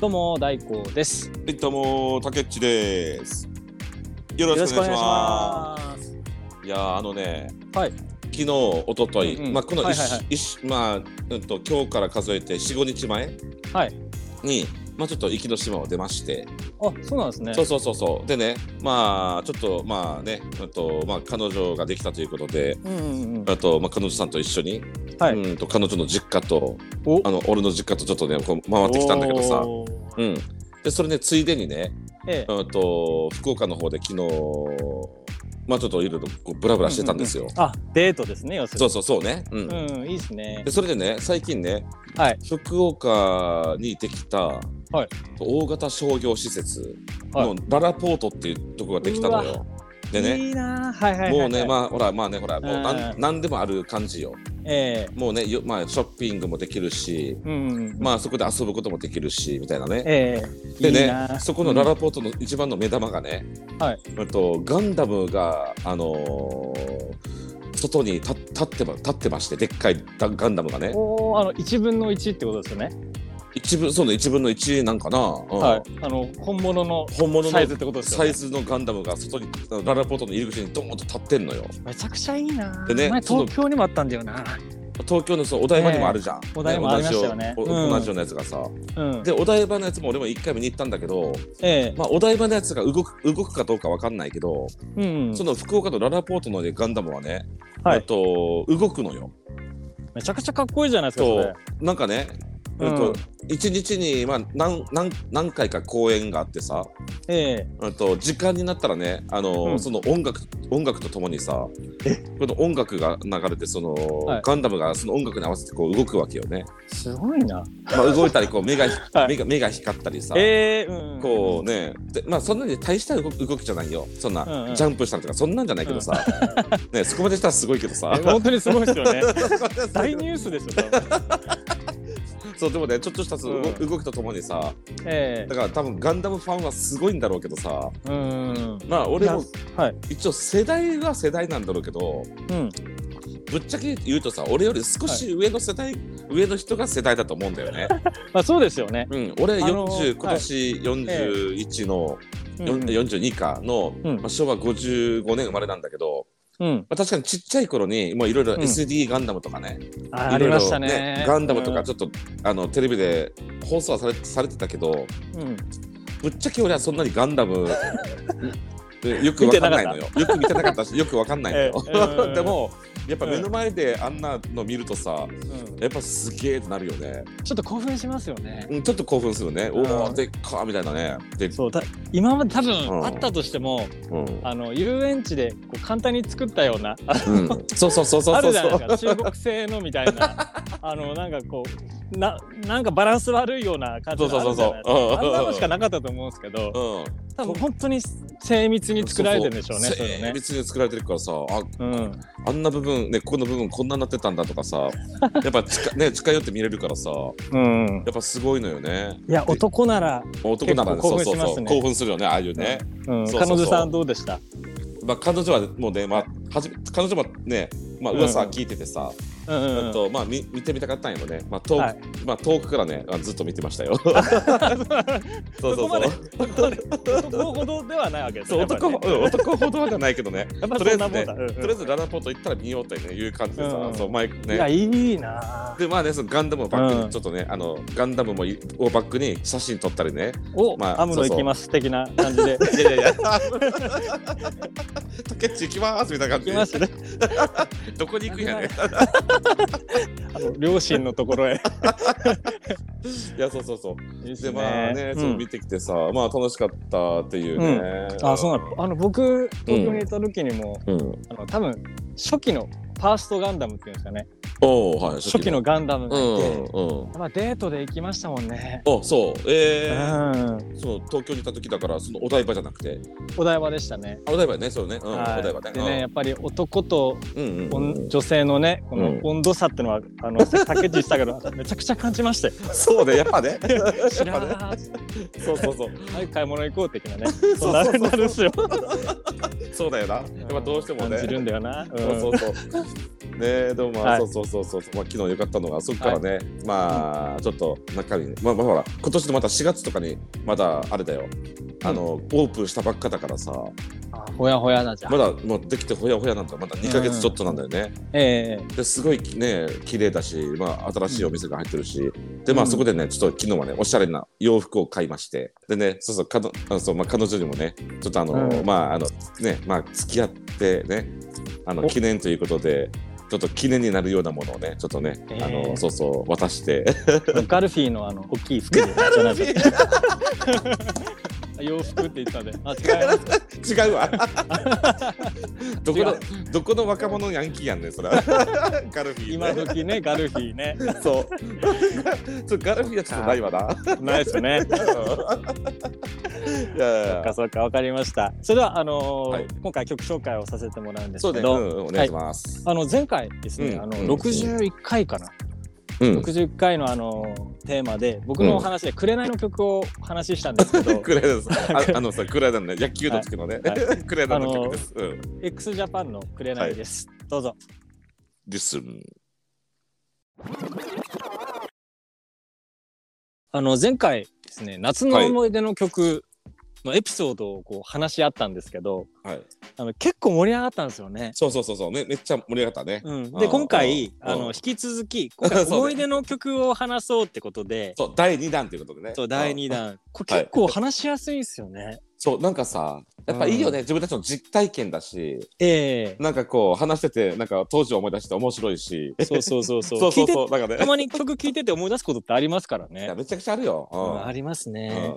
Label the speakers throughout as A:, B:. A: どうも大光です。。
B: はい、どうも、たけっちです。よろしくお願いしますす。いやー、あのね、
A: はい
B: 昨日、一昨日、
A: うんうん
B: まあ、この
A: はい
B: 一、
A: はいはい
B: 一、まあ、うんと、今日から数えて四五日前。
A: はい
B: に、まあ、ちょっと壱岐の島を出まして。
A: あ、そうなんですね。
B: そうそうそうそう、でね、まあ、ちょっと、まあね、うんと、まあ、彼女ができたということで。
A: うんうんうん。
B: あと、まあ、彼女さんと一緒に、
A: はい
B: うんと彼女の実家と
A: お
B: あの俺の実家とちょっとねこう回ってきたんだけどさ、
A: おー。
B: うん、でそれねついでにね、
A: ええ。
B: うんと福岡の方で昨日まあちょっといろいろこうブラブラしてたんですよ。
A: あ、デートですね。要する
B: そう
A: に。
B: そうそうね。うん。
A: うんうん、いいですね
B: で。それでね最近ね、
A: はい
B: 福岡にできた、
A: い
B: 大型商業施設のララポートっていうとこができたの
A: う
B: よ。でね。
A: いいなー。はいはいはいはい。
B: もうね、まあ、ほら、まあね、ほら、もうな、
A: うん
B: なんでもある感じよ。
A: ええ。
B: もうね、よまあ、ショッピングもできるし、
A: うんうん。
B: まあ、そこで遊ぶこともできるし、みたいなね。
A: ええ。
B: で
A: いい
B: ね
A: なー
B: そこのララポートの一番の目玉がね、
A: はい
B: あとガンダムが、あのー外に立立ってま立ってましてでっかいガガンダムがね
A: おお、あの一分の一ってことですよね。
B: 一分そうね一分の一なんかな、うん
A: はい。あの本物の
B: 本物の
A: サイズってことですよ
B: サ
A: ね
B: イ。ズのガンダムが外にララポートの入り口にドーンと立ってんのよ
A: めちゃくちゃいいなー。
B: でね
A: 前
B: その
A: 東京にもあったんだよな。
B: 東京のそうお台場にもあるじゃん、
A: お台場ありましたよね
B: 同じ
A: うん
B: よ同じようなやつがさ、
A: うん。
B: でお台場のやつも俺も一回見に行ったんだけど、
A: ええ。
B: まあ、お台場のやつが動く動くかどうかわかんないけど、
A: うんうん
B: そ。の福岡のララポートのねガンダムはね、
A: はい
B: あと動くのよ。
A: めちゃくちゃかっこいいじゃないですか。そ
B: そ
A: れ
B: うなんかね、
A: う
B: うんんと1日に、まあ、何何何回か公演があってさ、
A: え
B: うんと時間になったらねあの、
A: うん
B: その音楽音楽とともにさこの音楽が流れてその、
A: はい
B: ガンダムがその音楽に合わせてこう動くわけよ ね。
A: え。すごいな。
B: まあ、動いたりこう目がひ、
A: はい
B: 目が目が光ったりさ。
A: ええうん。
B: こうね、でまあそんなに大した動き動きじゃないよそんな、
A: うんうん
B: ジャンプしたりとかそんなんじゃないけ どさ、ねそこまでしたらすごいけどさ
A: え本当にすごいですよね。 大ニュースでしょ。多分
B: そうでもねちょっとしたその動
A: うん
B: 動きとともにさ
A: え
B: だから多分ガンダムファンはすごいんだろうけどさ
A: え。うん。
B: まあ俺も
A: はい。
B: 一応世代は世代なんだろうけど
A: うん。
B: ぶっちゃけ言うとさ俺より少し上の世代、上の人が世代だと思うんだ よね。
A: まあそうですよね。
B: うん、俺40、
A: あのー
B: 今年41の、
A: うん
B: よん42かの、
A: うん
B: まあ、昭和55年生まれなんだけど、
A: うん。
B: まあ、確かにちっちゃい頃にもういろいろ
A: うん
B: SD ガンダムとかね、
A: ああ
B: いろ
A: り
B: い
A: ま
B: ろ
A: したね。
B: ガンダムとかちょっと、あのテレビで放送はされされてたけど。
A: うん。うん。
B: ぶっちゃけ俺はそんなにガン ダムよくわかんないのよ。よく見てなかったし、よくわかんないのよ。
A: え えええ
B: でも、やっぱ目の前であんなの見るとさ、やっぱすげえってなるよね。
A: ちょっと興奮しますよね。
B: うんちょっと興奮するね。
A: うん
B: おお、でっかーみたいなね。で、
A: そうだ今まで多
B: う
A: 分
B: ん
A: あったとしても、
B: うん。
A: あの遊園地でこう簡単に作ったようなあ
B: うんそうそうそうそうそう。
A: あるじゃないですか中国製のみたいな あのなんかこうななんかバランス悪いような感じのあるじゃないです
B: そうそうそう
A: か
B: う
A: あ
B: ん
A: んなのしかなかったと思うんですけど
B: う
A: 多分本当に精密に
B: ん。
A: 作られてるんでしょうね。
B: そ
A: そ
B: うそう
A: ういうのね
B: 精密に作られてるからさ、あ、
A: うん、
B: あんな部分、ね、ここの部分こんなになってたんだとかさ、やっぱ近、ね、近寄って見れるからさ、や
A: うん、
B: っぱすごいのよね。
A: いや男なら、
B: 男ならね、
A: 結構興奮
B: そうそう
A: しますね
B: そう、興奮するよね、ああいうね。
A: うん、
B: そうそう
A: 彼
B: そう
A: 女さんどうでした、
B: まあ、彼女はもうね、まあ、はじめ彼女もね、まあ、
A: うん
B: 噂は聞いてて
A: うんうん
B: さ、
A: うん
B: あとまあ、み見てみたかったんやろね、まあ遠く
A: はい
B: まあ、遠くからねあずっと見てましたよ。そう
A: そ
B: そ
A: こ
B: う
A: まで
B: そう
A: そこまで男ほどではないわけです
B: そう
A: ね。
B: 男
A: やっぱ
B: ほ
A: りね
B: うん男ほどはじゃないけどね
A: やっぱ
B: とり
A: そ
B: あえ
A: んな
B: ず
A: も
B: ね
A: んだ。うんうん
B: とりあえずララポート行ったら見ようという感じでさ、
A: うん
B: そう前
A: いや
B: ね
A: いいなぁ。
B: でまあねそのガンダムをバック
A: うん
B: にちょっとね、あのガンダムもいをバックに写真撮った りね
A: お、
B: まあ
A: アムロ行きます的な感 じで
B: いやいやいや竹内行きますみたいな
A: 行
B: 感じ
A: き
B: で
A: ましたね。
B: どこに行くんやね
A: あの両親のところへ。
B: いやそうそうそう
A: いいっす
B: でまあね、
A: う
B: そうん見てきてさ、まあ楽しかったっていうね。
A: あ、そうなの。あの僕東京にいた時にも、
B: うん。うん。
A: あの多分初期のファーストガンダムっていうんですかね。
B: おおはい。
A: 初期のガンダム
B: う
A: がいて、
B: んうん。
A: まあデートで行きましたもんね。
B: あそう
A: う
B: えー
A: ん、
B: そう東京にいた時だからそのお台場じゃなくて
A: お台場でしたね。
B: あお台場ねそうね、うん、お
A: はい
B: 台場ね
A: でね、やっぱり男と
B: うんうん
A: お
B: うんん、
A: 女性のね、この
B: うん
A: 温度差ってのは、あ の、竹内したけど、めちゃくちゃ感じましたよ。
B: そうねやっぱ ねやっ
A: 知ら
B: ぱね
A: ー
B: そうそうそう
A: はい、買い物行こう的 なね。
B: う
A: そうなるなるっすよ。
B: そうだよなやっぱどうしてもね
A: 感じるんだよな。うん
B: そうそうそうねえどうも、
A: はい
B: そうそうそうそう、まあ、昨日良かったのがそこからね、まあちょっと中身ねまあ、まあ、ほら今年のまた4月とかにまだあれだよあの、オープンしたばっかだからさ
A: あほやほやなじゃん。
B: まだもうできてほやほやなんだまだ2か月ちょっとなんだよね、
A: ええ
B: ですごいね綺麗だし、まあ、新しいお店が入ってるし、でま
A: う
B: あ
A: ん
B: そこでねちょっと昨日はねおしゃれな洋服を買いましてでねそうそうかのあのそう、まあ、彼女にもねちょっとあの、
A: うん
B: まああのねまあ付き合ってねあの
A: お
B: 記念ということでちょっと記念になるようなものをねちょっとね、
A: えー
B: あのそうそう渡して
A: ガルフィーのあの大きい服じゃないですか。洋服って言っ たんで。あ違います
B: 違うわどこ
A: 違
B: のどこの若者ヤンキーやんねん それガルフィー、
A: 今
B: ね、
A: 時ねガルフィーね。
B: そうちょガルフィーはちょっとないわな
A: ないですよね。
B: いやいやい
A: そ
B: や
A: っかそっかわかりました。それではあのー
B: はい
A: 今回曲紹介をさせてもらうんです
B: そう
A: け
B: ね、
A: ど、
B: うん、お願いします。
A: あの前回ですね、
B: うん
A: あ
B: うん
A: の61回かな、
B: うん、
A: 61回のあのーテーマで僕のお話で紅の曲をお話ししたんですけど、
B: クレダです。ああのさ、クレダのね、野球の時のね、
A: はい
B: クレダの曲です。うん。
A: X ジャパンの紅です。どうぞ。
B: Listen
A: あの前回ですね夏の思い出の曲のエピソードをこう話し合ったんですけど、
B: はい。
A: あの結構盛り上がったんですよね。
B: そうそうそうそう、ね、めっちゃ盛り上がったね。
A: うん、
B: あ
A: で
B: ー
A: 今回
B: あー
A: あの
B: うん
A: 引き続 き今回
B: そうね
A: 思い出の曲を話そうってこと で
B: そう、第二弾ということでね。
A: そう第2
B: うん。
A: 弾これ
B: はい
A: 結構話しやすいんですよね。
B: そう、なんかさ、やっぱいいよね、自分たちの実体験だし、
A: え
B: なんかこう話してて、なんか当時を思い出して面白いし
A: え。そうそうそうそう
B: そうそう
A: 聞
B: そ、
A: いう
B: なんか
A: てた
B: ね。
A: まに曲聴いてて思い出すことってありますから
B: い
A: ね
B: や、。めちゃくちゃあるよ。う
A: うん、あ
B: ん。
A: ります
B: う
A: ね。
B: んうんうん、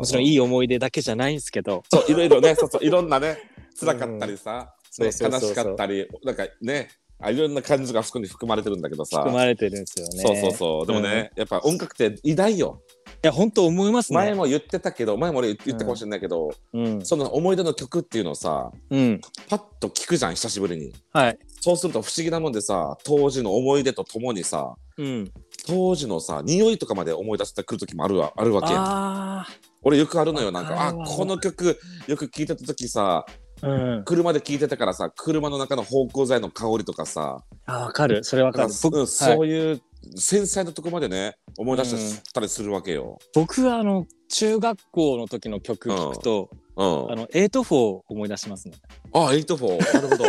A: もちろんいい思い出だけじゃないんですけど。
B: そういろいろねそうそういろんなね辛かったりさ、
A: うん
B: ね
A: そうそうそうそう
B: 悲しかったりなんかねあいろんな感情がそこに含まれてるんだけどさ
A: 含まれてるんですよね。
B: そうそう
A: い
B: そうでもね、やっぱ音楽って偉大よ
A: や本当思います
B: 前
A: ね。
B: も言ってたけど前も俺言ったかもしれないけど、
A: うん、
B: その思い出の曲っていうのをさ
A: うん、
B: パッと聞くじゃん久しぶりに
A: はい、
B: そうすると不思議なもんでさ当時の思い出とともにさ
A: うん、
B: 当時のさ匂いとかまで思い出してくる時もあるわあるわけ
A: あ
B: 俺よくあるのよなんか
A: わ
B: あ
A: かるわ
B: この曲よく聴いてた時さ
A: あ、うん、
B: 車で聴いてたからさ車の中の芳香剤の香りとかさ
A: あわかる、それわか
B: なん
A: る
B: か。そ
A: 僕
B: う
A: は
B: ん
A: い
B: そういう繊細なとこまでね思い出
A: うん
B: したりするわけよ。
A: 僕はあの中学校の時の曲聞くと、
B: うん
A: あのエイトフォーを思い出しますね。
B: あ、エイトフォー、なる ほど。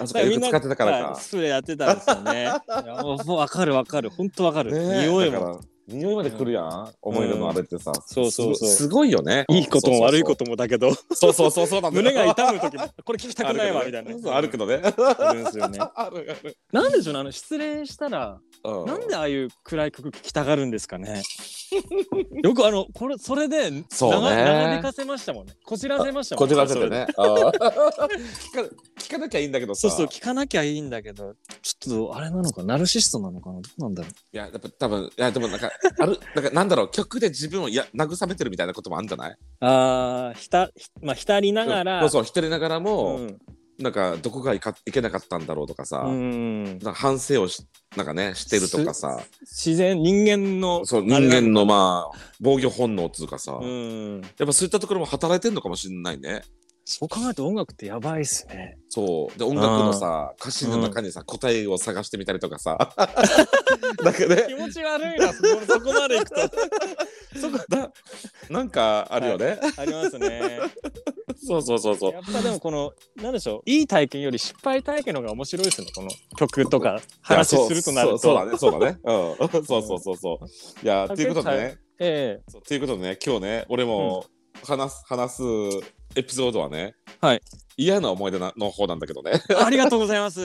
B: あ、そっか、よく使ってたから
A: はい
B: か。
A: スプレーやってたんですよ ね。いやもうもうわかるわかる、本当わかる。
B: ねえ
A: 匂い。
B: だか
A: も
B: ら匂いまでくるやん、思い出のあれってさ。
A: そうそうそう
B: すすごいよね。。
A: いいことも悪いことともだけど、
B: そうそうそうそうなんだよ。
A: 胸が痛む時 もこれ聞きたくないわみたいな。
B: そうあるけどね。
A: あるんですよね。
B: あるある。
A: なんでしょうね、あの失恋したら、
B: う
A: なんでああいう暗い曲聞きたがるんですか ね。よくあのこれそれで長
B: そうね
A: 長引かせましたもんね。こじらせましたも
B: こ
A: ん
B: じらせてね。あ ー聞か聞かなきゃいいんだけど
A: そ
B: さ。
A: うそう聞かなきゃいいんだけどちょっとあれなのかナルシストなのかなどうなんだろ
B: いや、やっぱ多分、いや、でもな んか、ある、なんかなんだろう、曲で自分をいや慰めてるみたいなこともあるんじゃないう
A: あーひたひまあ浸りながら
B: そうそう、一人ながら
A: う
B: も、
A: ん
B: なんか、どこがいかいけなかったんだろうとかさ。
A: うん
B: なんか反省をしなんかねしてるとかさ
A: 自然人間の
B: そう人
A: あれだ
B: 間のまあ防御本能っつうかさ、やっ
A: うん
B: ぱそういったところも働いてるのかもしれないね
A: そう考えると音楽ってやばいっすね
B: そうで音楽のさ歌詞の中にさ、答えを探してみたりとかさ なんか
A: 気
B: ね
A: 持ち悪いなそそこまでいくとそこ
B: だなんかあるよね、
A: ありますね
B: そうそうそうそう
A: やっぱでもこのなんでしょういい体験より失敗体験の方が面白いですねこの曲とか話
B: いやそう
A: するとなると
B: そうそうだねそうだねうん そうそうそうそういやっていうことでね
A: ええ
B: そうということでね今日ね俺も話す、話すエピソードはね、
A: はい、
B: 嫌な思い出なの方なんだけ どね
A: ありがとうございます
B: い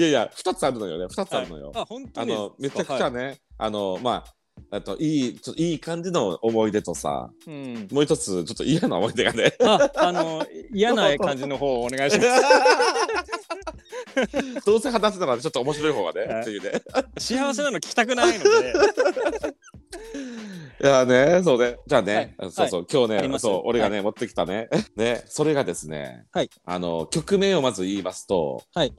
B: やいや2つあるのよね2つあるのよ、
A: あ本当
B: あ
A: に
B: のめちゃくち
A: は
B: ゃ
A: い
B: ね、あのまああといいちょっといい感じの思い出とさ
A: うん
B: もう一つちょっと嫌な思い出 がね
A: あ、あの嫌な感じの方をお願いし ま
B: どうせ話すならちょっと面白い方が
A: は
B: ね
A: い
B: っていうね
A: す。幸せなの聞きたくないので。
B: いやーね、そうね。じゃあね、
A: はい
B: そうそう、今
A: あ
B: 日
A: り
B: ね、
A: ます
B: そう、俺がね、持 ってきたね。ね、それがですね、
A: はい
B: あの、曲名をまず言いますと、
A: はい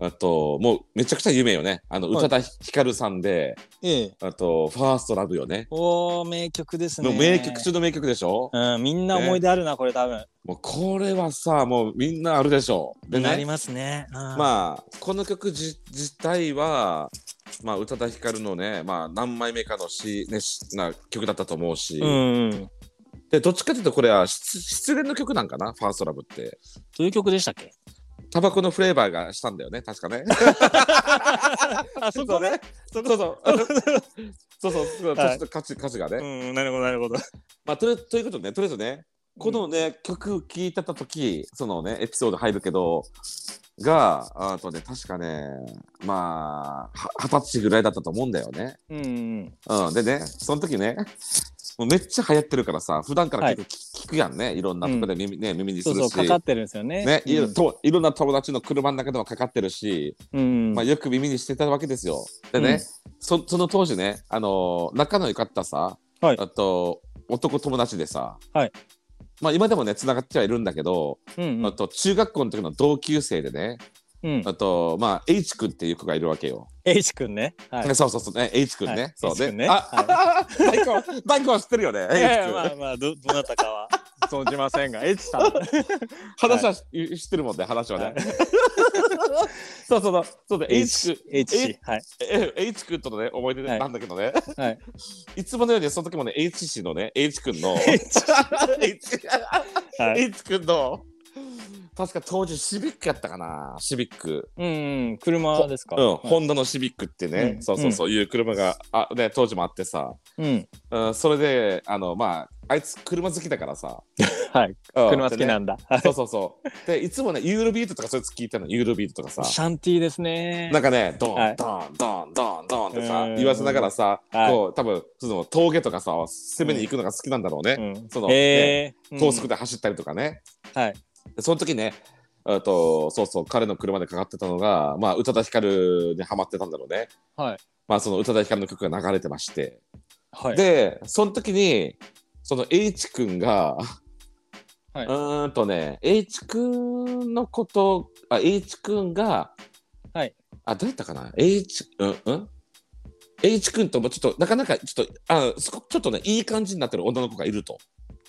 B: あともうめちゃくちゃ有名よねあの宇
A: はい
B: 多田ヒカルさんで、
A: ええ。
B: あと「ファーストラブよね
A: おー、名曲ですね。
B: の名曲中の名曲でしょ、
A: うん、みんな思い出あるな、これ多分。
B: もうこれはさもうみんなあるでしょで
A: なり
B: ね
A: ますね。まあ、
B: まあこの曲自自体はまあ宇多田ヒカルのねまあ何枚目かのし、ね、しな曲だったと思うし、
A: うんうん。
B: でどっちかというとこれは失失恋の曲なんかなファーストラブって
A: どういう曲でしたっけ
B: タバコのフレーバーがしたんだよね確かね
A: あ、 そこね。
B: そうそうそう そうそうそうちょっと歌詞歌詞がね、
A: うん、なるほど、なるほど。
B: まあ、とりあえずということでねとりあえずねこのね、曲聴いてた時そのねエピソード入るけどがあとね確かねまあは二十歳ぐらいだったと思うんだよね。
A: うんうん。
B: うん、でねその時ねもうめっちゃ流行ってるからさ普段から
A: はい
B: 結構聞,、くやんねいろんなとこで耳,、ね、耳にす
A: そう
B: るし
A: そう、かかってるんですよね。
B: ねいろ
A: うん
B: といろんな友達の車の中でもかかってるし、
A: うん。
B: まあ、よく耳にしてたわけですよ。でね、
A: うん
B: そその当時ね、あのー仲の良かったさ、
A: はい
B: あと男友達でさ、
A: はい
B: まあ、今でもねつながってはいるんだけど、
A: うんう
B: あ
A: ん。
B: と中学校の時の同級生でね
A: うん。
B: あと、まあ、H 君っていう子がいるわけよ。
A: H 君ね。はい。
B: そうそうそうね H 君ね。
A: はい
B: そう
A: H 君ね
B: あ、
A: は
B: 大根は 大根は知ってるよね H
A: い
B: 君。
A: やいやまあまあどどなたかは存じませんが H さん
B: 話は、知ってるもんね話はね。
A: はい
B: そうそうそうそうで H 君
A: H はい
B: え H 君とのね思い出なんだけどね、
A: はい
B: い、つものようにその時もね H 氏のね H 君の
A: H
B: H,
A: はい
B: H 君の確か当時シビックやったかなシビック、
A: うんうん車ですか
B: うん
A: はい
B: ホンダのシビックってね、
A: うん
B: そうそうそういう車があ、ね、当時もあってさ、
A: うん
B: うん、それであのまああいつ車好きだからさ、
A: はい
B: うん
A: 車好きな
B: でね
A: んだはい
B: そうそうそうでいつもねユーロビートとかそいつ聞いたのユーロビートとかさ
A: シャンティーですね
B: なんかね、ド
A: は
B: ン
A: い
B: ドンドンドンドンってさ、
A: うん
B: 言わせながらさ、
A: はい
B: こう多分その峠とかさ、攻めに行くのが好きなんだろうね。
A: うん
B: その
A: へー
B: 高速で走ったりとかね。
A: うんはい
B: でその時ね、あとそうそう彼の車でかかってたのが、まあ宇多田ヒカルにハマってたんだろうね。
A: はい
B: まあその宇多田ヒカルの曲が流れてまして、
A: はい
B: でその時にその H 君が、
A: はいう
B: ーんとね H 君のことあ H 君が、
A: はい、
B: あどうやったかな H うんうん H 君ともちょっとなかなかちょっとあすごちょっとねいい感じになってる女の子がいると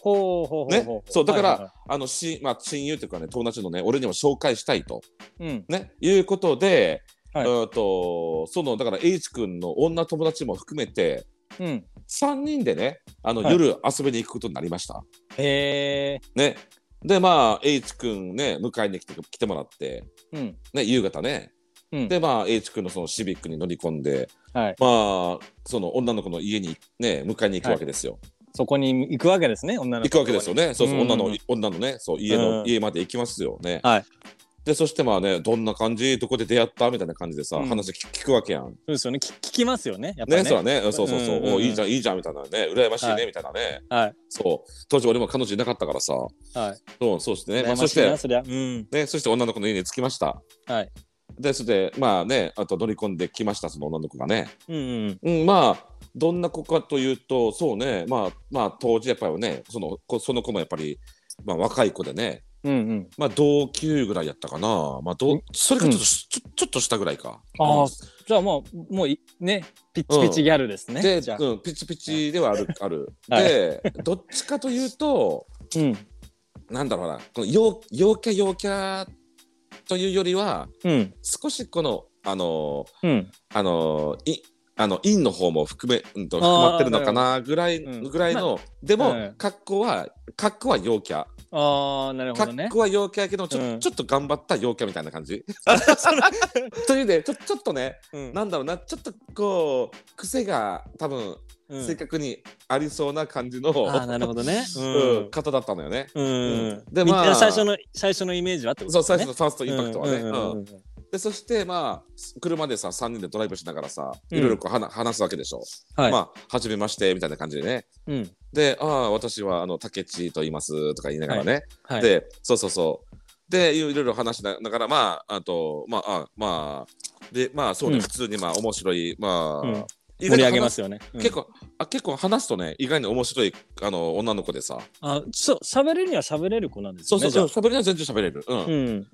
A: ほうほうほうほ
B: ねそうだから
A: はいは
B: あのし、まあ、親友というかね友達のね俺にも紹介したいと、
A: いはいうん
B: ね、いうことで、
A: はいう
B: ーんとそのだから H 君の女友達も含めて
A: うん
B: 3人でねあの、
A: はい
B: 夜遊びに行くことになりました。
A: へえ
B: ね。で、まあ、H 君ね、迎えに来て来てもらって、
A: うん
B: ね、夕方ね。
A: うん
B: で、まあ、H 君のそのシビックに乗り込んで、
A: はい
B: まあ、その女の子の家にね、迎えに行くわけですよ。
A: そこに行くわけですね女の子
B: 行くわけですよ
A: ね
B: ね。そうそう、
A: うん
B: 女の、女のね、そう、家の、
A: うん
B: 家まで行きますよね。
A: はい
B: で、そしてまあね、どんな感じ、どこで出会ったみたいな感じでさ、
A: うん
B: 話聞聞くわけやん。
A: そうですよね聞聞きますよねやっぱ
B: ね、
A: ね
B: そうだね、うんそうそうそう、
A: うんうんうん
B: おいいじゃん、いいじゃんみたいなね、羨ましいね、
A: はい
B: みたいなね。
A: はい
B: そう、当時俺も彼女いなかったからさ、
A: はい
B: そう、そうしてね、まあ、
A: 羨
B: そ
A: まし
B: し
A: い
B: て
A: な、そりゃうん
B: ね、そして女の子の家に着きました。
A: はい
B: で、それで、まあね、あと乗り込んできました、その女の子がね。
A: うんうん
B: うん、まあ、どんな子かというと、そうね、まあ、まあ、当時やっぱりね、その子、その子もやっぱり、まあ、若い子でね、
A: うんうん
B: まあ、同級ぐらいやったかな。まあ、どうそれがちょっと、
A: うん
B: ちょちょっと下ぐらいか。
A: あ
B: う
A: あ、じゃあもう、もういね、ピッチピチギャルです
B: ん
A: ね。
B: で
A: じゃ、あ、
B: うん、ピチピチではある、ある。
A: はい
B: で、どっちかというと、
A: うん、
B: なんだろうな、この陽陽キャ陽キャというよりは、
A: うん、
B: 少しこの、あの
A: うん、
B: あのいあの陰の方も含め、うん、と含まってるのかなぐらい、
A: うん
B: ぐらいの、でも、
A: うん
B: 格好は格好は陽キャ、
A: ああ、なるほど
B: 格
A: ね。
B: 好は陽キャやけどちょ,、
A: うん
B: ちょっと頑張った陽キャみたいな感じ というねちょちょっとね
A: うん
B: なんだろうなちょっとこう癖が多分、
A: うん
B: 性格にありそうな感じの、
A: ああ、なるほどね。う
B: うん
A: ん、
B: 方だったのよね。
A: うん、
B: で
A: で、ま
B: まあ
A: あ、最初の、最初のイメージはってこ
B: そ
A: と
B: う
A: です
B: 最
A: ね。
B: 初のファーストインパクトはね、
A: うん
B: うん
A: うんうんうん
B: でそしてまあ車でさ3人でドライブしながらさ
A: うん
B: いろいろこう話話すわけでしょ、
A: はい
B: まあ初めましてみたいな感じでね
A: うん、
B: で、ああ、私は、あの、竹地と言いますとか言いながらね。
A: はい。
B: で、そうそうそう。で、いろいろ話しながら、まあ、あと、まあ、あまあ、で、まあ、そうね、
A: うん
B: 普通に、まあ、面白い、まあ、
A: うん
B: 意
A: 盛
B: 外と話
A: り上げますよね。うん
B: 結構、あ、結構話すとね、意外に面白い、あの、女の子でさ。
A: あ、そう、喋れるには喋れる子なんです
B: そ
A: よ
B: う
A: ね。
B: そうそう、
A: じ
B: 喋りは全然喋れる。うん。
A: ゃあ。うん、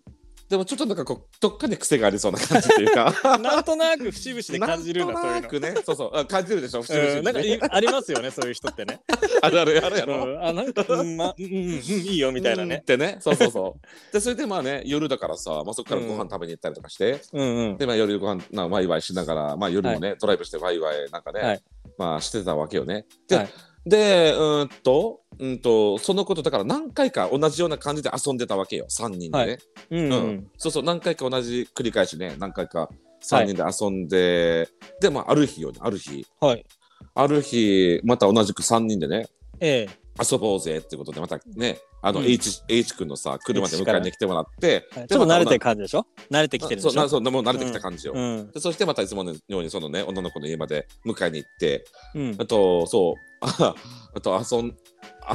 B: でもちょっとなんかこうどっかで癖がありそうな感じっていうか
A: なんと なく節々で感じるんだそうい
B: な
A: うんの
B: となくねそうそうあ感じるでしょ節々
A: う
B: に
A: ん、なんか
B: ね
A: いありますよねそういう人ってね。
B: あるあるあるやろ
A: うんあなんか、うんまうんうん、うんいいよみたいな
B: うんっ
A: ね。
B: てねそうそうそうでそれでまあね夜だからさ、まあ、そこからご
A: う
B: 飯
A: ん
B: 食べに行ったりとかして、
A: うんうん。
B: でまあ夜ご飯なワイワイしながらまあ夜もね、ドライブしてワイワイなんかね、
A: はい
B: まあしてたわけよねで、
A: はい
B: でうーんとうんとそのことだから何回か同じような感じで遊んでたわけよ3人でね、
A: はいうん
B: う
A: うんん。
B: そうそう何回か同じ繰り返しね何回か3人で遊んで、でまあある日よある日
A: はい。
B: ある日また同じく3人でね
A: ええ。
B: 遊ぼうぜってことでまたねあの
A: うん
B: H,、H 君のさ車で迎えに来てもらって、
A: はいちょっと
B: で
A: 慣れてる
B: ま
A: 感じでしょ慣れて
B: た
A: きてるんでし
B: そうな
A: ょ
B: そうもう慣れてきた感じよ、
A: うん。
B: でそしてまたいつものようにそのね女の子の家まで迎えに行って
A: うん
B: あ。とそうあ あと遊ん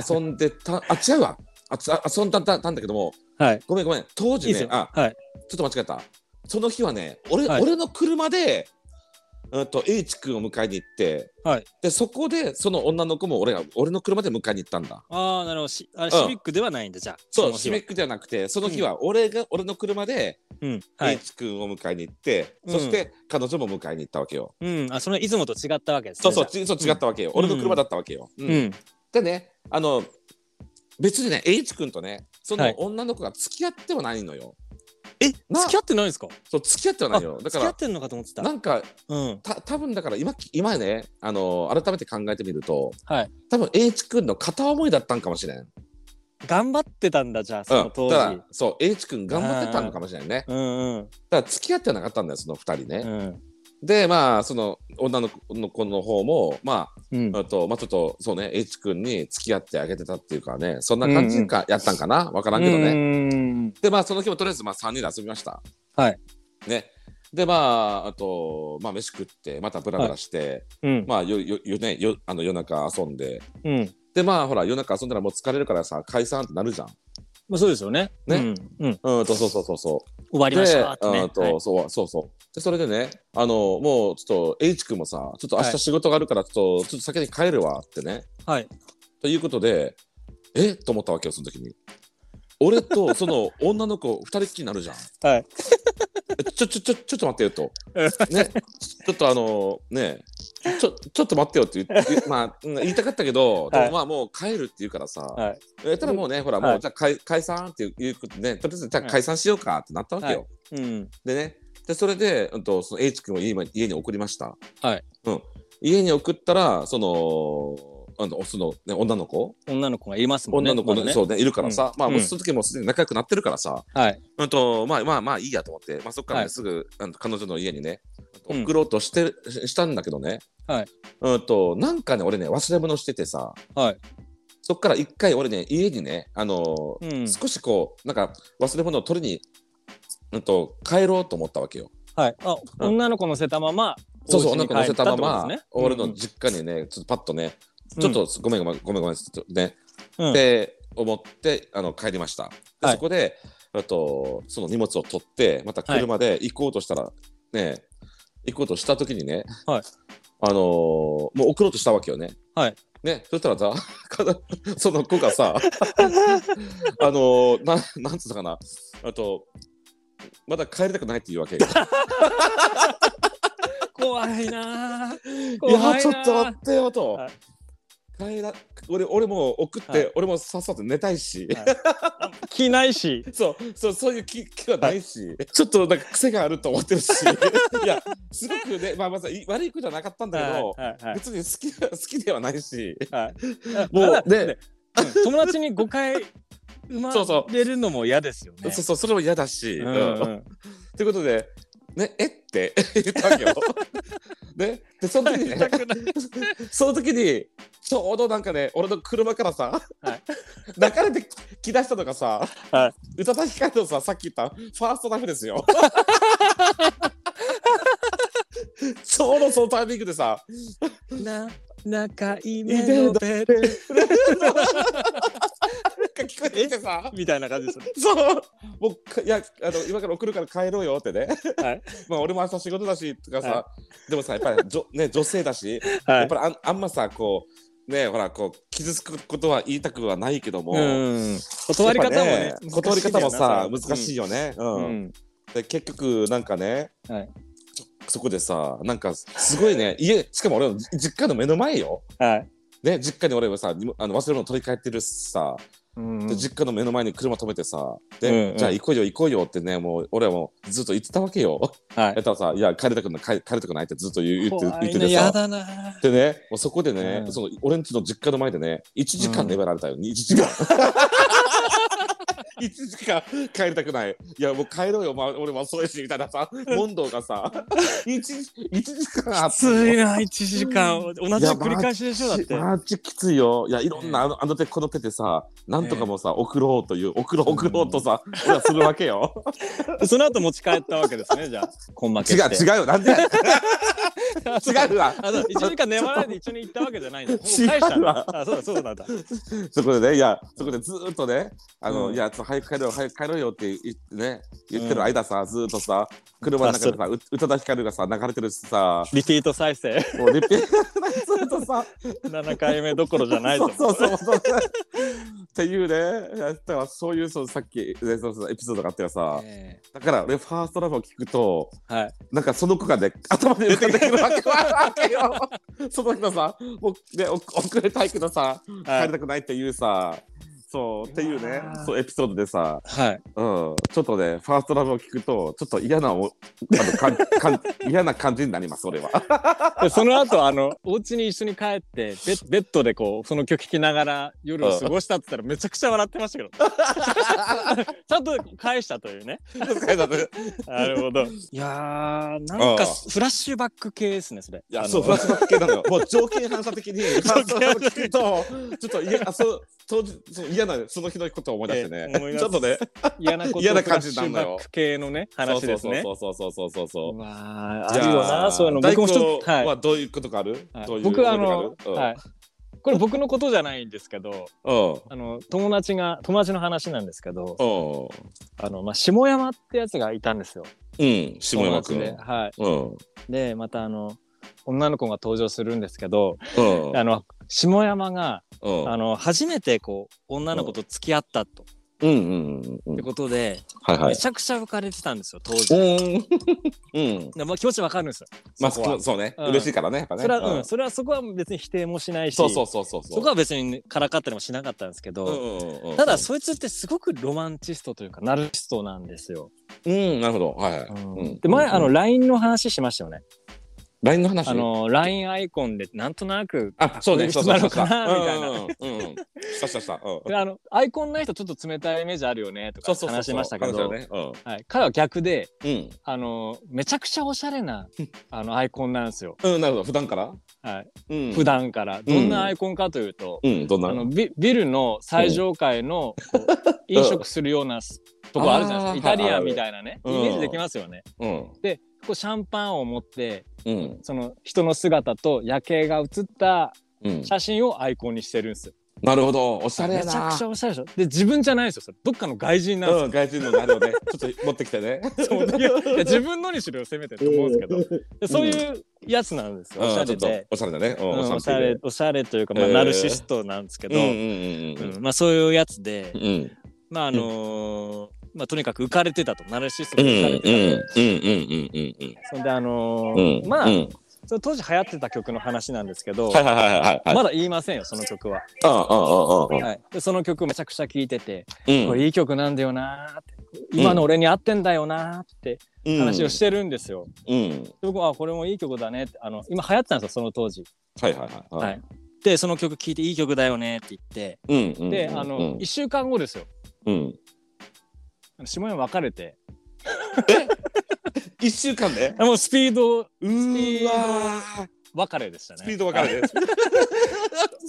B: 遊んでた あ違うわあつあ遊んだたたんだけども
A: はい。
B: ごめんごめん当
A: いい
B: 時
A: で
B: ね
A: すよ。
B: あ
A: はい。
B: ちょっと間違えたその日はね俺,、
A: はい
B: 俺の車で、うん、と H 君を迎えに行って、
A: はい
B: でそこでその女の子も俺が俺の車で迎えに行ったんだ
A: ああ、なるほど。しあれ
B: うん
A: シビックではないんだ、じゃあ。
B: そう
A: の
B: シ
A: 日
B: ビ
A: は
B: ックじゃなくてその日は俺が、俺の車で
A: うん。はい。
B: H 君を迎えに行って、
A: うん
B: そして彼女も迎えに行ったわけよ、
A: うん。あ、その出雲と違ったわけです
B: そ
A: ね。
B: うそう
A: じ
B: ちそう違ったわけよ、俺の車だったわけよ、うん
A: ゃあ。うん。
B: でねあの別にね H 君とねそ
A: は
B: の
A: い
B: 女の子が付き合ってはないのよ、
A: え、
B: な
A: 付き合ってないんですか
B: そう付き合ってはないよだか
A: 付き合っ
B: ら
A: てんのかと思ってた。
B: なんか
A: うん。
B: た多分だから今今ねあの改めて考えてみると
A: はい。
B: 多分 H 君の片思いだったんかもしれん、うん、
A: 頑張ってたんだ、じゃあ、そ
B: だ
A: の当
B: か
A: 時
B: ら。そう H 君頑張ってたのかもしれんね
A: うんうん。
B: だから付き合ってはなかったんだよその2人
A: う
B: ね、
A: ん。
B: でまあその女の子の子の方もま
A: うん
B: あ。あとまあちょっとそうね H 君に付き合ってあげてたっていうかねそんな感じか、やったんかなわからんけどね、
A: ね。
B: でまあその日もとりあえずまあ3人で遊びました。
A: はい。
B: ね。でまああとまあ飯食ってまたブラブラして、
A: うん。
B: まあよよよねよあの夜中遊んで
A: うん。
B: でまあほら夜中遊んだらもう疲れるからさ解散ってなるじゃん。
A: まあ、そうですよね。
B: ね
A: うん。うん。
B: うんとそうそうそうそう。
A: 終わりまし
B: で
A: たってね。
B: うんと、
A: はい
B: そうそうそう。でそれでねあのもうちょっと H 君もさちょっと明
A: は
B: 日
A: い
B: 仕事があるからちょっとちょっと先に帰るわってね。
A: はい。
B: ということでえと思ったわけよその時に。俺とその女の子2人っきりになるじゃん。
A: はい。
B: ちょ、ちょ、ちょ、ちょっと待ってよと。ね、ちょっとあの、ね、ちょ、ちょっと待ってよって言って、まあ、うん言いたかったけど、で
A: はい
B: もまあもう帰るって言うからさ、
A: はい。
B: えたらもうね、ほら、も
A: は
B: う
A: い
B: じゃあ解解散っていういうことでね、とりあえずじゃあ
A: はい
B: 解散しようかってなったわけよ。
A: うん。
B: でね、で、それで、うんと、その H 君を家に家に送りました。
A: はい。
B: うん。家に送ったら、その、あのその、ね、女の子、
A: 女の子がいますもんね。
B: 女の子の、
A: まだね。
B: そうね、いるからさ、まあもう
A: うん
B: その時もうすでに仲良くなってるからさ、
A: はい。
B: うんとまあまあまあいいやと思って、まあ、そこから、ね
A: はい
B: すぐあの彼女の家にね
A: うん
B: 送ろうとして、るししたんだけどね、
A: はい
B: うん、となんかね俺ね忘れ物しててさ
A: はい。
B: そこから一回俺ね家にね、あのー
A: うん。
B: 少しこうなんか忘れ物を取りに、うん、と帰ろうと思ったわけよ。
A: はい。あ、
B: うん
A: 女の子乗せたまま。
B: そうそう
A: お家
B: 女の
A: に
B: 子乗せたまま、
A: 帰ったってこと
B: 俺
A: ですね
B: の実家にねちょっとパッとねちょっと、ごめんごめんごめんごめんちょっとね、
A: うん
B: って思ってあの帰りましたで、
A: はい
B: そこであとその荷物を取ってまた車で行こうとしたら、ね行こうとした時にね、
A: はい
B: あのーもう送ろうとしたわけよね。
A: はい
B: ね、そしたらさ かなその子がさ あのー、ななんつうのかなあとまだ帰りたくないっていうわけよ
A: 怖いなー。
B: い
A: 怖いな
B: や
A: ー
B: ちょっと待ってよと、
A: はい
B: 帰ら俺俺もう送って、
A: はい
B: 俺もさっさと寝たいし、
A: 着ないし。
B: そうそうそういう気気はないし、ちょっとなんか癖があると思っ てるしいやすごくね、まあ、まずい悪い子じゃなかったんだけど、
A: はいはいはい
B: 別に好き好 きではないし
A: はい。
B: もう
A: ただ
B: ね、
A: うん友達に誤解生
B: そうそ
A: まれるのも嫌ですよね。
B: そうそうそれも嫌だし。
A: う
B: うんん
A: うん
B: ということで、ね、えって 言った わけよ。ね、でその時に、
A: 言い
B: ね
A: た、くない
B: その時にちょうどなんかね俺の車からさ、
A: はい
B: 泣かれてき出したのがさ、
A: は
B: 宇多田ヒカルのささっき言ったファーストライフで すよ。ちょうどそのタイミングでさ
A: な仲いいねのベル
B: なんか聞こえてきてさ
A: みたいな感じですね。
B: そうもうかいやあの今から送るから帰ろうよってね、
A: はい
B: まあ俺も明日仕事だしとかさ、
A: は
B: でもさやっぱりじょ、ね、女性だし、
A: は
B: やっ
A: い
B: ぱりあんあんまさこうねほらこう傷つくことは言いたくはないけども、
A: うん、断り方もね
B: やっぱ断り方もさ難しい
A: い
B: よね、う
A: だよ
B: ん
A: なうん
B: で結局なんかね、
A: はい
B: そそこでさなんかすごいね家しかも俺の実家の目の前よ、
A: はい
B: ね、実家に俺はさにもあの忘れ物取り替えてるしさ、
A: うん
B: で実家の目の前に車止めてさ
A: うん
B: で、
A: うん
B: じゃあ行こうよ行こうよってねもう俺はもうずっと言ってたわけよ。
A: は
B: え
A: い
B: たらさ「いや帰りたくない帰帰りたくない」ってずっと言う言って
A: 怖
B: 言
A: い
B: って
A: ね
B: てさ
A: やだな
B: でねもうそこでね、
A: うん
B: その俺んちの実家の前でね1時間粘られたよ、1時間 1時間帰りたくないいやもう帰ろうよ、まあ、俺もそうやしみたいなさ問答がさ 1, 時間あ
A: きついな1時間同じ繰り返しでしょだって
B: マジきついよいやいろんなあのあの手この手でさなんとかもさ、送ろうという送ろう送ろうとさ、俺はするわけよ
A: その後持ち帰ったわけですねじゃあ根負け
B: 違う
A: して
B: 違うよなんで違うわ
A: あそう1時間眠らないで一緒に行ったわけじゃないんだもう返
B: 違うわ
A: したんだあそうだそうだそうだ
B: そこでね、いや、そこでずーっとね、あの、
A: うん
B: いや、ちょっと早く帰ろうよ、早く帰ろうよって言ってね、言ってる間さ、ずーっとさ、車の中でさ、う宇多田ヒカルがさ、流れてるし さ、
A: リピート再生
B: もうリピずーっとさ、
A: 7回目どころじゃない
B: そ
A: ぞ
B: うそうそうそう。っていうね、だからそういうそのさっき、ね、そのそのエピソードがあったよさ、
A: え
B: だから俺、ファーストラブを聞くと、
A: えはい
B: なんかその子がね、頭で浮かんでくるわけわけよ。 その人さ、もうね、お遅れたいけど
A: は
B: さ、帰
A: い
B: りたくないっていうさ、そうっていうね
A: うわー
B: そうエピソードでさ、
A: はい
B: うん、ちょっとねファーストラブを聞くとちょっと嫌なおあのかんかん嫌な感じになります俺は。
A: でその後あのお家に一緒に帰ってベッベッドでこうその曲聴きながら夜を過ごしたって言ったらめちゃくちゃ笑ってましたけど ちゃんと返したというね
B: い
A: なるほど いやーなんか
B: あ
A: フラッシュバック系ですねそれあ
B: や
A: の
B: そうフラッシュバック系なの よ。もう条件反射的にファーストラブを聞くとちょっと嫌あそう当時そう嫌なその日のことを思い出してね
A: ええ思い出
B: ち
A: す
B: ょっとね
A: 嫌なこと
B: 嫌な感じになる
A: フ
B: の
A: ラ
B: よ
A: ッシュバック系のね話ですね
B: そうそうそうそうそうそうう。
A: わーあるよなそういうの
B: 大
A: 僕
B: 根
A: も一つはい
B: はどういうことがある？
A: はい
B: どういう
A: 僕あ
B: 思
A: の
B: い出、があ
A: はい
B: る、
A: これ僕のことじゃないんですけど
B: うん
A: あの友達が友達の話なんですけど
B: うん
A: あの、まあ、下山ってやつがいたんですよ
B: うん下山君
A: 友達で,、は
B: うん
A: い、でまたあの女の子が登場するんですけど
B: うん
A: あの下山が
B: うん
A: あの初めてこう女の子と付き合ったと、
B: うんうんうんう
A: って
B: ん。
A: ことで、
B: はいは
A: め
B: い。
A: ちゃくちゃ浮かれてたんですよ当時。
B: うん。うん。
A: でまあ、気持ちわかるんですよ。
B: まあ、
A: そこは
B: そうそうね、
A: うん
B: 嬉しいからね。やっぱね
A: それは、うん
B: うん
A: それはそこは別に否定もしないし
B: そうそうそうそう。
A: そこは別にからかったりもしなかったんですけど、
B: うんうんうん、
A: ただそいつってすごくロマンチストというかナルシストなんですよ。
B: うん、なるほど。はいはい。
A: で前あの
B: うん
A: LINE の話しましたよね。
B: LINE の話。
A: あの LINE アイコンでなんとなく
B: あ、そうね、
A: こ
B: そう
A: ういう人なの
B: そうそう。
A: かなみたいな。
B: たいな。うんうん。したしたした。うん。
A: であのアイコンない人ちょっと冷たいイメージあるよねと
B: そ
A: か
B: うそうそうそう。
A: 話しましたけど
B: 話よねうん
A: はい、彼は逆で
B: うん。
A: あのめちゃくちゃおしゃれなあのアイコンなんですよ、
B: うん、なるほど。普段から
A: はい
B: うん。
A: 普。段からどんなアイコンかというと、
B: うん、どんな
A: あのビビルの最上階のこう飲食するようなすとこある じゃないですか
B: あ
A: イ
B: ー
A: タリアンみたいなねイ
B: は
A: メ
B: いはい
A: ージできますよね。
B: うん。
A: こうシャンパンを持って
B: うん。
A: その人の姿と夜景が写った
B: うん。
A: 写真をアイコンにしてるんですよ。
B: なるほど。おしゃれや
A: めちゃ
B: な
A: くち。ゃおしゃれでしょ。で自分じゃないですよそれどっかの外人なんですよ。
B: うん、外人のなるほどね。ちょっと持ってき てね。
A: そういやいや自分のにしろよせめてと思うんですけど、でそういうやつなんですよ、おし
B: う
A: ゃ
B: ん、ちょ
A: れ
B: っと
A: で、
B: おしゃれだね。う
A: うんんおしゃれ。おしゃれというか、まあ
B: えー
A: ナルシストなんですけ
B: う
A: ど、
B: んう
A: うん
B: んうん
A: まあ、そういうやつで
B: う、ん。うん。
A: まああのーまあ、とにかく浮かれてたとナルシス
B: うんうんうんうんうんうん
A: トに浮かれてたと、
B: う
A: そんであの
B: ん
A: ー
B: うん
A: まあ、
B: うん
A: その当時流行ってた曲の話なんですけど、
B: はいはいはいはいはい
A: まだ言いませんよその曲は、
B: うんうんうんうん
A: はい、でその曲めちゃくちゃ聴いてて、
B: うん
A: これいい曲なんだよなーって今の俺に合ってんだよなーって
B: うん
A: 話をしてるんですよ、
B: うん
A: で僕はあこれもいい曲だねってあの今流行ってたんですよその当時
B: はいはいはいは
A: はいいでその曲聴いていい曲だよねって言って
B: うんうん
A: で
B: うん
A: あの、
B: うん
A: 1週間後ですよ
B: うん
A: あの下山別れて
B: 一週間で
A: あもうスピード
B: うーわー
A: 別れでしたね
B: スピード分か
A: はい
B: るね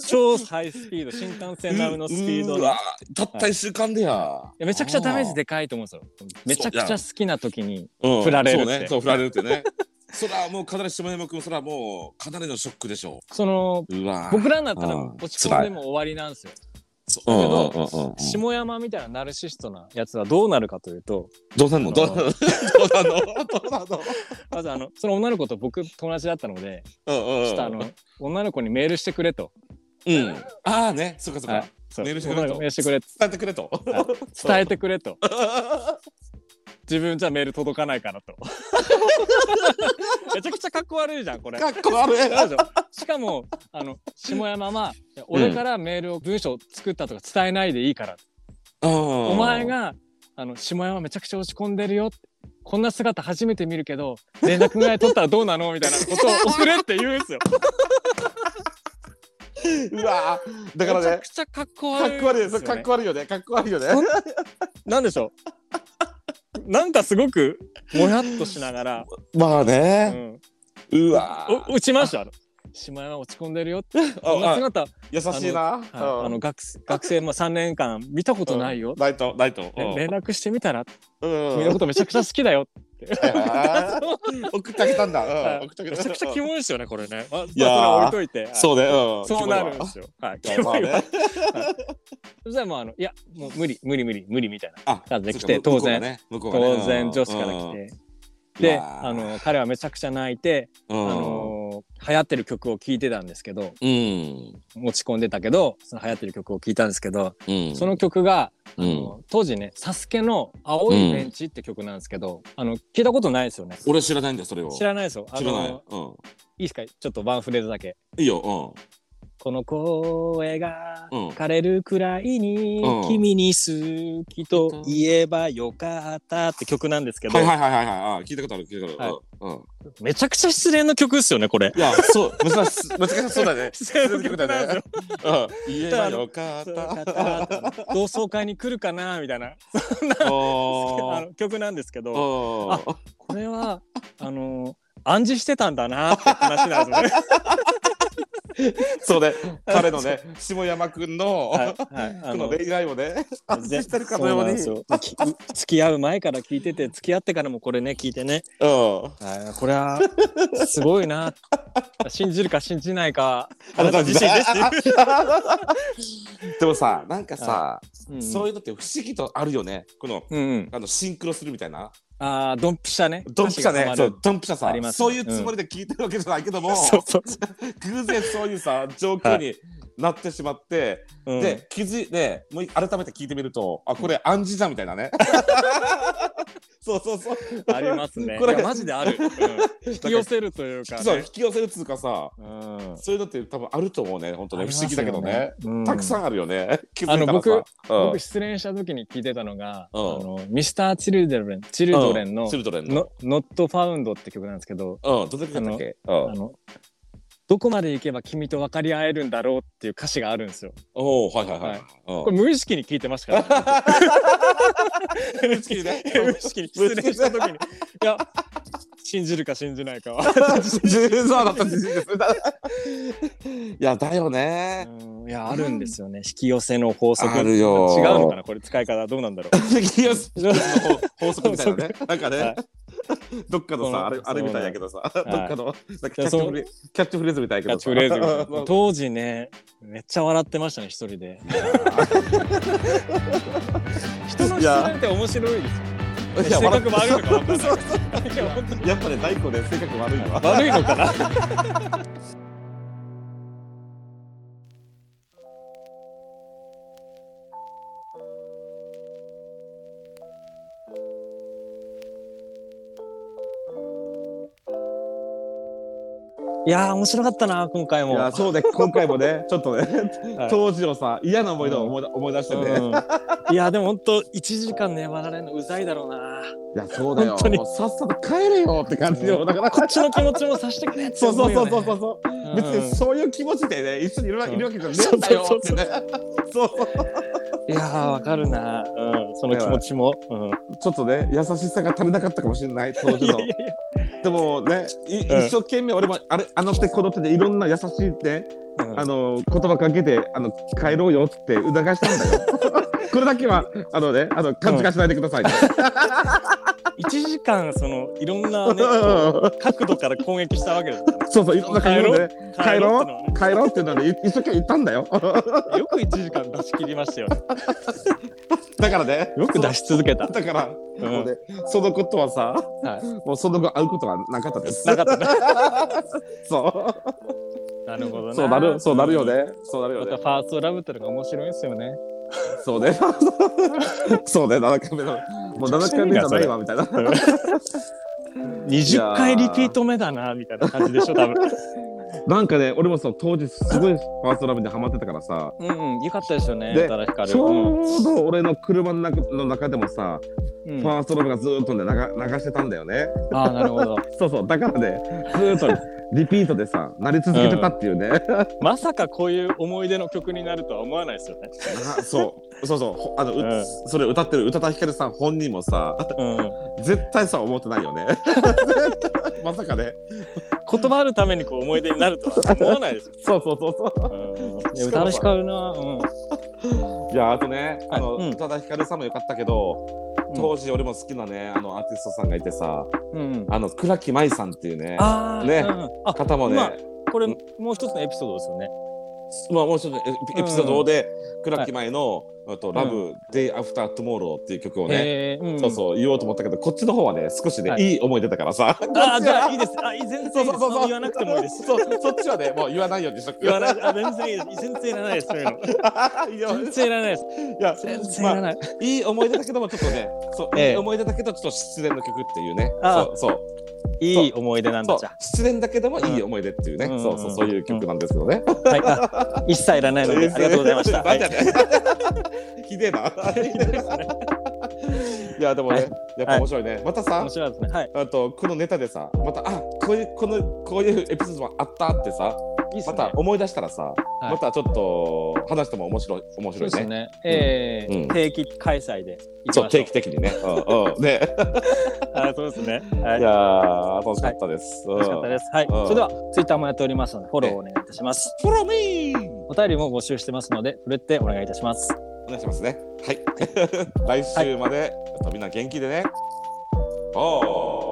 A: 超ハイスピード新幹線並みのスピード
B: う
A: のい
B: わーたった一週間でや
A: やめちゃくちゃダメージでかいと思うんですよめちゃくちゃ好きな時に
B: うん
A: 振られるって
B: そうねそう振られるってねそらもうかなり下山君そらもうかなりのショックでしょ
A: その
B: うわー
A: 僕らになったら
B: あー
A: 落ち込んでも終わりなんですよ
B: そううんうんうんうんうん
A: 下山みたいなナルシストなやつはどうなるかというと
B: どうなんのどうなのどうなのどうなの
A: まずあのその女の子と僕友達だったので
B: うんうんうん
A: ちょっとあの女の子にメールしてくれと
B: うん。ああね、そうかそうか。
A: はいそう
B: メールしてくれと
A: メールしてくれ
B: 伝えてくれと。
A: 伝えてくれと自分じゃメール届かないから とめちゃくちゃかっこ悪いじゃんこれ
B: かっこ悪い。
A: そうでしょしかもあの下山は「いや俺からメールを文章作ったとか伝えないでいいから」お
B: お
A: 前。があの下山めちゃくちゃ落ち込んでるよってこんな姿初めて見るけど連絡ぐらい取ったらどうなのみたいなことを送れって言うんですよ
B: うわー だから
A: めちゃ
B: ね
A: く。ちゃかっこ
B: か
A: 悪い
B: っこ悪い
A: ん
B: です。
A: よ
B: か
A: ね
B: っこ悪いよね。かっこ悪いよね。
A: なんでしょうなんかすごくもやっとしながら、
B: まあ
A: う
B: ね。
A: ん、
B: うわー
A: お打ちましたよ島山落ち込んでるよってこんな
B: ああ
A: 姿、はい
B: 優しいな。
A: あの学生学生も3年間見たことないよ、
B: ライト、ライト。
A: ね連絡してみたら
B: うん
A: 君のことめちゃくちゃ好きだよ
B: あー送ってあげたんだ。
A: は
B: うん
A: い
B: 送ってあげ
A: め
B: た。
A: ちゃくちゃキモいですよねこれね、まあ、
B: い
A: まあそ
B: やー
A: れは置いといて、はい
B: そうね。うん
A: そうなるんですよはい
B: キ
A: キ
B: モ
A: モ
B: い
A: い
B: わ
A: わ、
B: まあね
A: そしたらもうあのいやもう無理無理無理無理みたいな
B: あ
A: 感じで来
B: そ
A: て
B: うか向
A: 当
B: こうが
A: 然
B: ね向こうがね
A: 当然女子から来て、で、あ、の彼はめちゃくちゃ泣いて、
B: うんうん
A: あ
B: うん
A: のー流行ってる曲を聴いてたんですけど
B: うん
A: 持ち込んでたけどその流行ってる曲を聴いたんですけど、
B: うん
A: その曲が、
B: う
A: あ
B: ん
A: の当時ね「サスケの青いベンチって曲なんですけど、あの聞いたことないですよね
B: 俺知らないんだよそれを
A: 知らないですよあ
B: 知
A: の
B: らない
A: い
B: うん
A: いですかちょっとワンフレーズだけ
B: いいよ
A: 「この声が
B: うん
A: 枯れるくらいに、
B: うん
A: 君に好きと言えばよかった」って曲なんですけ
B: うん
A: ど、
B: はいはいはいはいはいあ聞いたことある聞いたことあるうんうん
A: めちゃくちゃ失恋の曲ですよねこれ。
B: いやそう難しい 難しいそうだね
A: 失恋の曲なんですよ
B: うん言えばよかっ
A: そ
B: た
A: うだった 同窓会に来るかなみたいなあ
B: お
A: の曲なんですけ
B: ー
A: ど
B: おー
A: これはあの暗示してたんだなって話なんですよ ね。
B: そうね彼の ね下山くんの
A: はいはいあ
B: この恋愛をね
A: あ
B: 暗示してるかのようにうん
A: そうなんですよき付き合う前から聞いてて付き合ってからもこれね聞いてねあこれはすごいな信じるか信じないかあなた自身ですっていう
B: でもさなんかさ
A: うん
B: そういうのって不思議とあるよねこの
A: うんうん、
B: あのシンクロするみたいな
A: あードンピシャね
B: ドンピシャね
A: 歌詞がハマる
B: そうドンピシャさ、
A: ありますね
B: そういうつもりで聞いてるわけじゃないけども、
A: そうそうそ
B: 偶然そういうさ状況になってしまって、
A: う、うん
B: で気づいてもう改めて聞いてみるとあこれ暗示じゃんみたいなねそうそうそう
A: ありますね。
B: これ
A: いやマジである。うん引き寄せるというか、ね。
B: そう引き寄せるっつうかさ
A: うん。
B: そういうのって多分あると思うね本当ね不思議だけどね
A: うん。
B: たくさ
A: ん。
B: んあるよね、気づ
A: あ
B: い
A: の
B: たらさ
A: 僕失恋した時に聞いてたのが、
B: うん
A: あのミスターチルドレンチルドレンの
B: チルドレンの
A: のノットファウンドって曲なんですけど、
B: うんどれだけだっけう
A: あ
B: ん
A: のどこまで行けば君と分かり合えるんだろうっていう歌詞があるんですよ。
B: おおはいはいはい、
A: こ れ無 意識に聞いてましたから
B: うん無意識にね
A: ね、無 意識に失恋した時に、いや信じるか信じないか は。
B: そうだった自信です。いやだよね。
A: うんいやあるんですよね引き寄せの法則
B: あるよ
A: 違うのかなこれ使い方どうなんだろう
B: 敵よ法則みたい なね。なんか
A: は
B: ね
A: い、
B: どっかのさあれ
A: そう
B: あれみたいやけど さ、ど
A: い
B: っかのなんかキャッチ
A: そう
B: フレキャッチフレーズみたいやけ
A: キャッ
B: どさ。
A: チフレ ーズみたい
B: そ
A: な
B: う
A: 当時ねめっちゃ笑ってましたね一人で 人の
B: い
A: 失
B: や
A: 恋って面白いですよ
B: いや
A: 性格も悪いのかわかん ない
B: そうそう
A: いや本当に
B: やっぱね大工ね性格悪いわ。
A: 悪いのかな「いやー面白かったな今回
B: い
A: も」
B: やそうね今回もねちょっとね
A: はい
B: 当時のさ嫌な思い出を思い出思い出してね。
A: うんいやでも本当一時間粘られるのうざいだろうな。
B: いやそうだよ。
A: 本当に
B: もうさっさと帰れよって感じよ。だから
A: こっちの気持ちもさしてくれって
B: そう
A: 思
B: そう
A: よ
B: うそう
A: ね。
B: そうそうそう。
A: うん
B: 別にそういう気持ちでね一緒にいるわいるわけじゃねえんだよってね。そうそう。
A: いやーわかるな。うんその気持ちも。うん
B: ちょっとね優しさが足りなかったかもしれない当時
A: いや
B: の
A: いやいや
B: でもねい
A: うん
B: 一生懸命俺もあれあの手この手でいろんな優しいね
A: うん
B: あの言葉かけてあの帰ろうよっつって促したんだよ これだけはあのねあの勘違いしないでくださいね、
A: 一時間そのいろんなね
B: うん
A: 角度から攻撃したわけですよね。
B: そうそういろんな感じで、ね、帰ろ
A: ってのはね
B: う帰ろうっていうのはねい一生懸命言ったんだよ
A: よく一時間出し切りましたよね。
B: だからね
A: よく出し続けた。
B: だから、
A: うん
B: もうねそのことはさ
A: はい
B: もうその後会うことはなかったです
A: なかったね。
B: そう
A: なるほど
B: そうなる、そうなるよ。ね。そうなる
A: ま
B: よ
A: た
B: ね
A: フ。ァーストラブってのが面白いですよね。
B: そうね。 そうね、7回目 の。もう7回目じゃないわ、みたいな。
A: 20回リピート目だなみたいな感じでしょ 多分。
B: なんかね、俺もそう当時すごいファーストラブにハマってたからさ、
A: うんうん、よかったですよね。
B: で
A: 宇多田ヒカル
B: ちょうど俺の車の中の中でもさ、
A: うんうん
B: ファーストラブがずーっとね流流してたんだよね。
A: ああ、なるほど。
B: そうそう、だからね、ずーっとリピートでさ、なり続けてたっていうね。
A: まさかこういう思い出の曲になるとは思わないですよね。
B: あそうそうそうほあの、う
A: うん
B: それ歌ってる宇多田ヒカルさん本人もさ
A: うん。
B: 絶対さ思ってないよね まさかね
A: 断るためにこう思い出になるとは思わないですよ。
B: そうそうそうそ
A: うん。いや宇多田ヒカルな。うん。
B: ういやあとねあの、
A: うん
B: 宇多田ヒカルさんもよかったけど当時俺も好きなねあのアーティストさんがいてさ
A: うんうん。
B: あの倉木麻衣さんっていうね
A: ああ。
B: ね
A: うんあ、
B: 方もね、
A: まあこれもう一つのエピソードですよね。
B: まあ、もう一つのエピエピソードで、倉
A: は
B: 木
A: い
B: 麻衣の「あとラブ Day After Tomorrow」っていう曲をね、
A: へえ。
B: そうそう言おうと思ったけどこっちの方はね少しね、、
A: はい
B: い思い出だか らさ
A: うん。ああ、じゃあいいです。あ、いい全
B: そ
A: 然
B: う
A: いいです。
B: そうそうそう。
A: 言わなくてもいいです。
B: そうそっちはね、もう言わないようにしとく。
A: 言わなあ全然いいです。全然いらないです。そういうの
B: い。いや、
A: 全然いらないです。全然いら
B: まあ、
A: ない。
B: いい思い出だけども、ちょっとね、そう、
A: ええ
B: いい思い出だけど、ちょっと失恋の曲っていうね。
A: あ
B: そう、そう、
A: いい思い出なん
B: そ
A: だ
B: う
A: じゃあ。
B: 失恋だけども、いい思い出っていうね、
A: うん
B: そうそう、そういう曲なんですけどね。
A: はいあ。一切いらないのでありがとうございました。は
B: バ
A: い
B: カだね ひでえな。いや、でも
A: は
B: ね
A: い、
B: やっぱ面白いね、またさ
A: 面。白いですね。はい。
B: あとこのネタでさまたあこういうこのこういうエピソードもあったってさ
A: いいっす
B: ま
A: ね。
B: た思い出したらさ、
A: い
B: またちょっと話しても面白い面
A: そう
B: 白
A: で
B: い
A: す
B: ね。
A: ね。え
B: うん
A: え、定期開催で行きましょう。
B: そう定期的にね。うんうんね。
A: あ、そうですね。はいい。
B: やー楽しかったです。
A: 楽しかったです。はい。
B: うん
A: それではツイッターもやっておりますのでフォローをお願いいたします。
B: フォローミー。
A: お便りも募集してますので、ふれってお願いいたします。
B: お願いします ね。はい。来週まで、みんな元気でね。おー。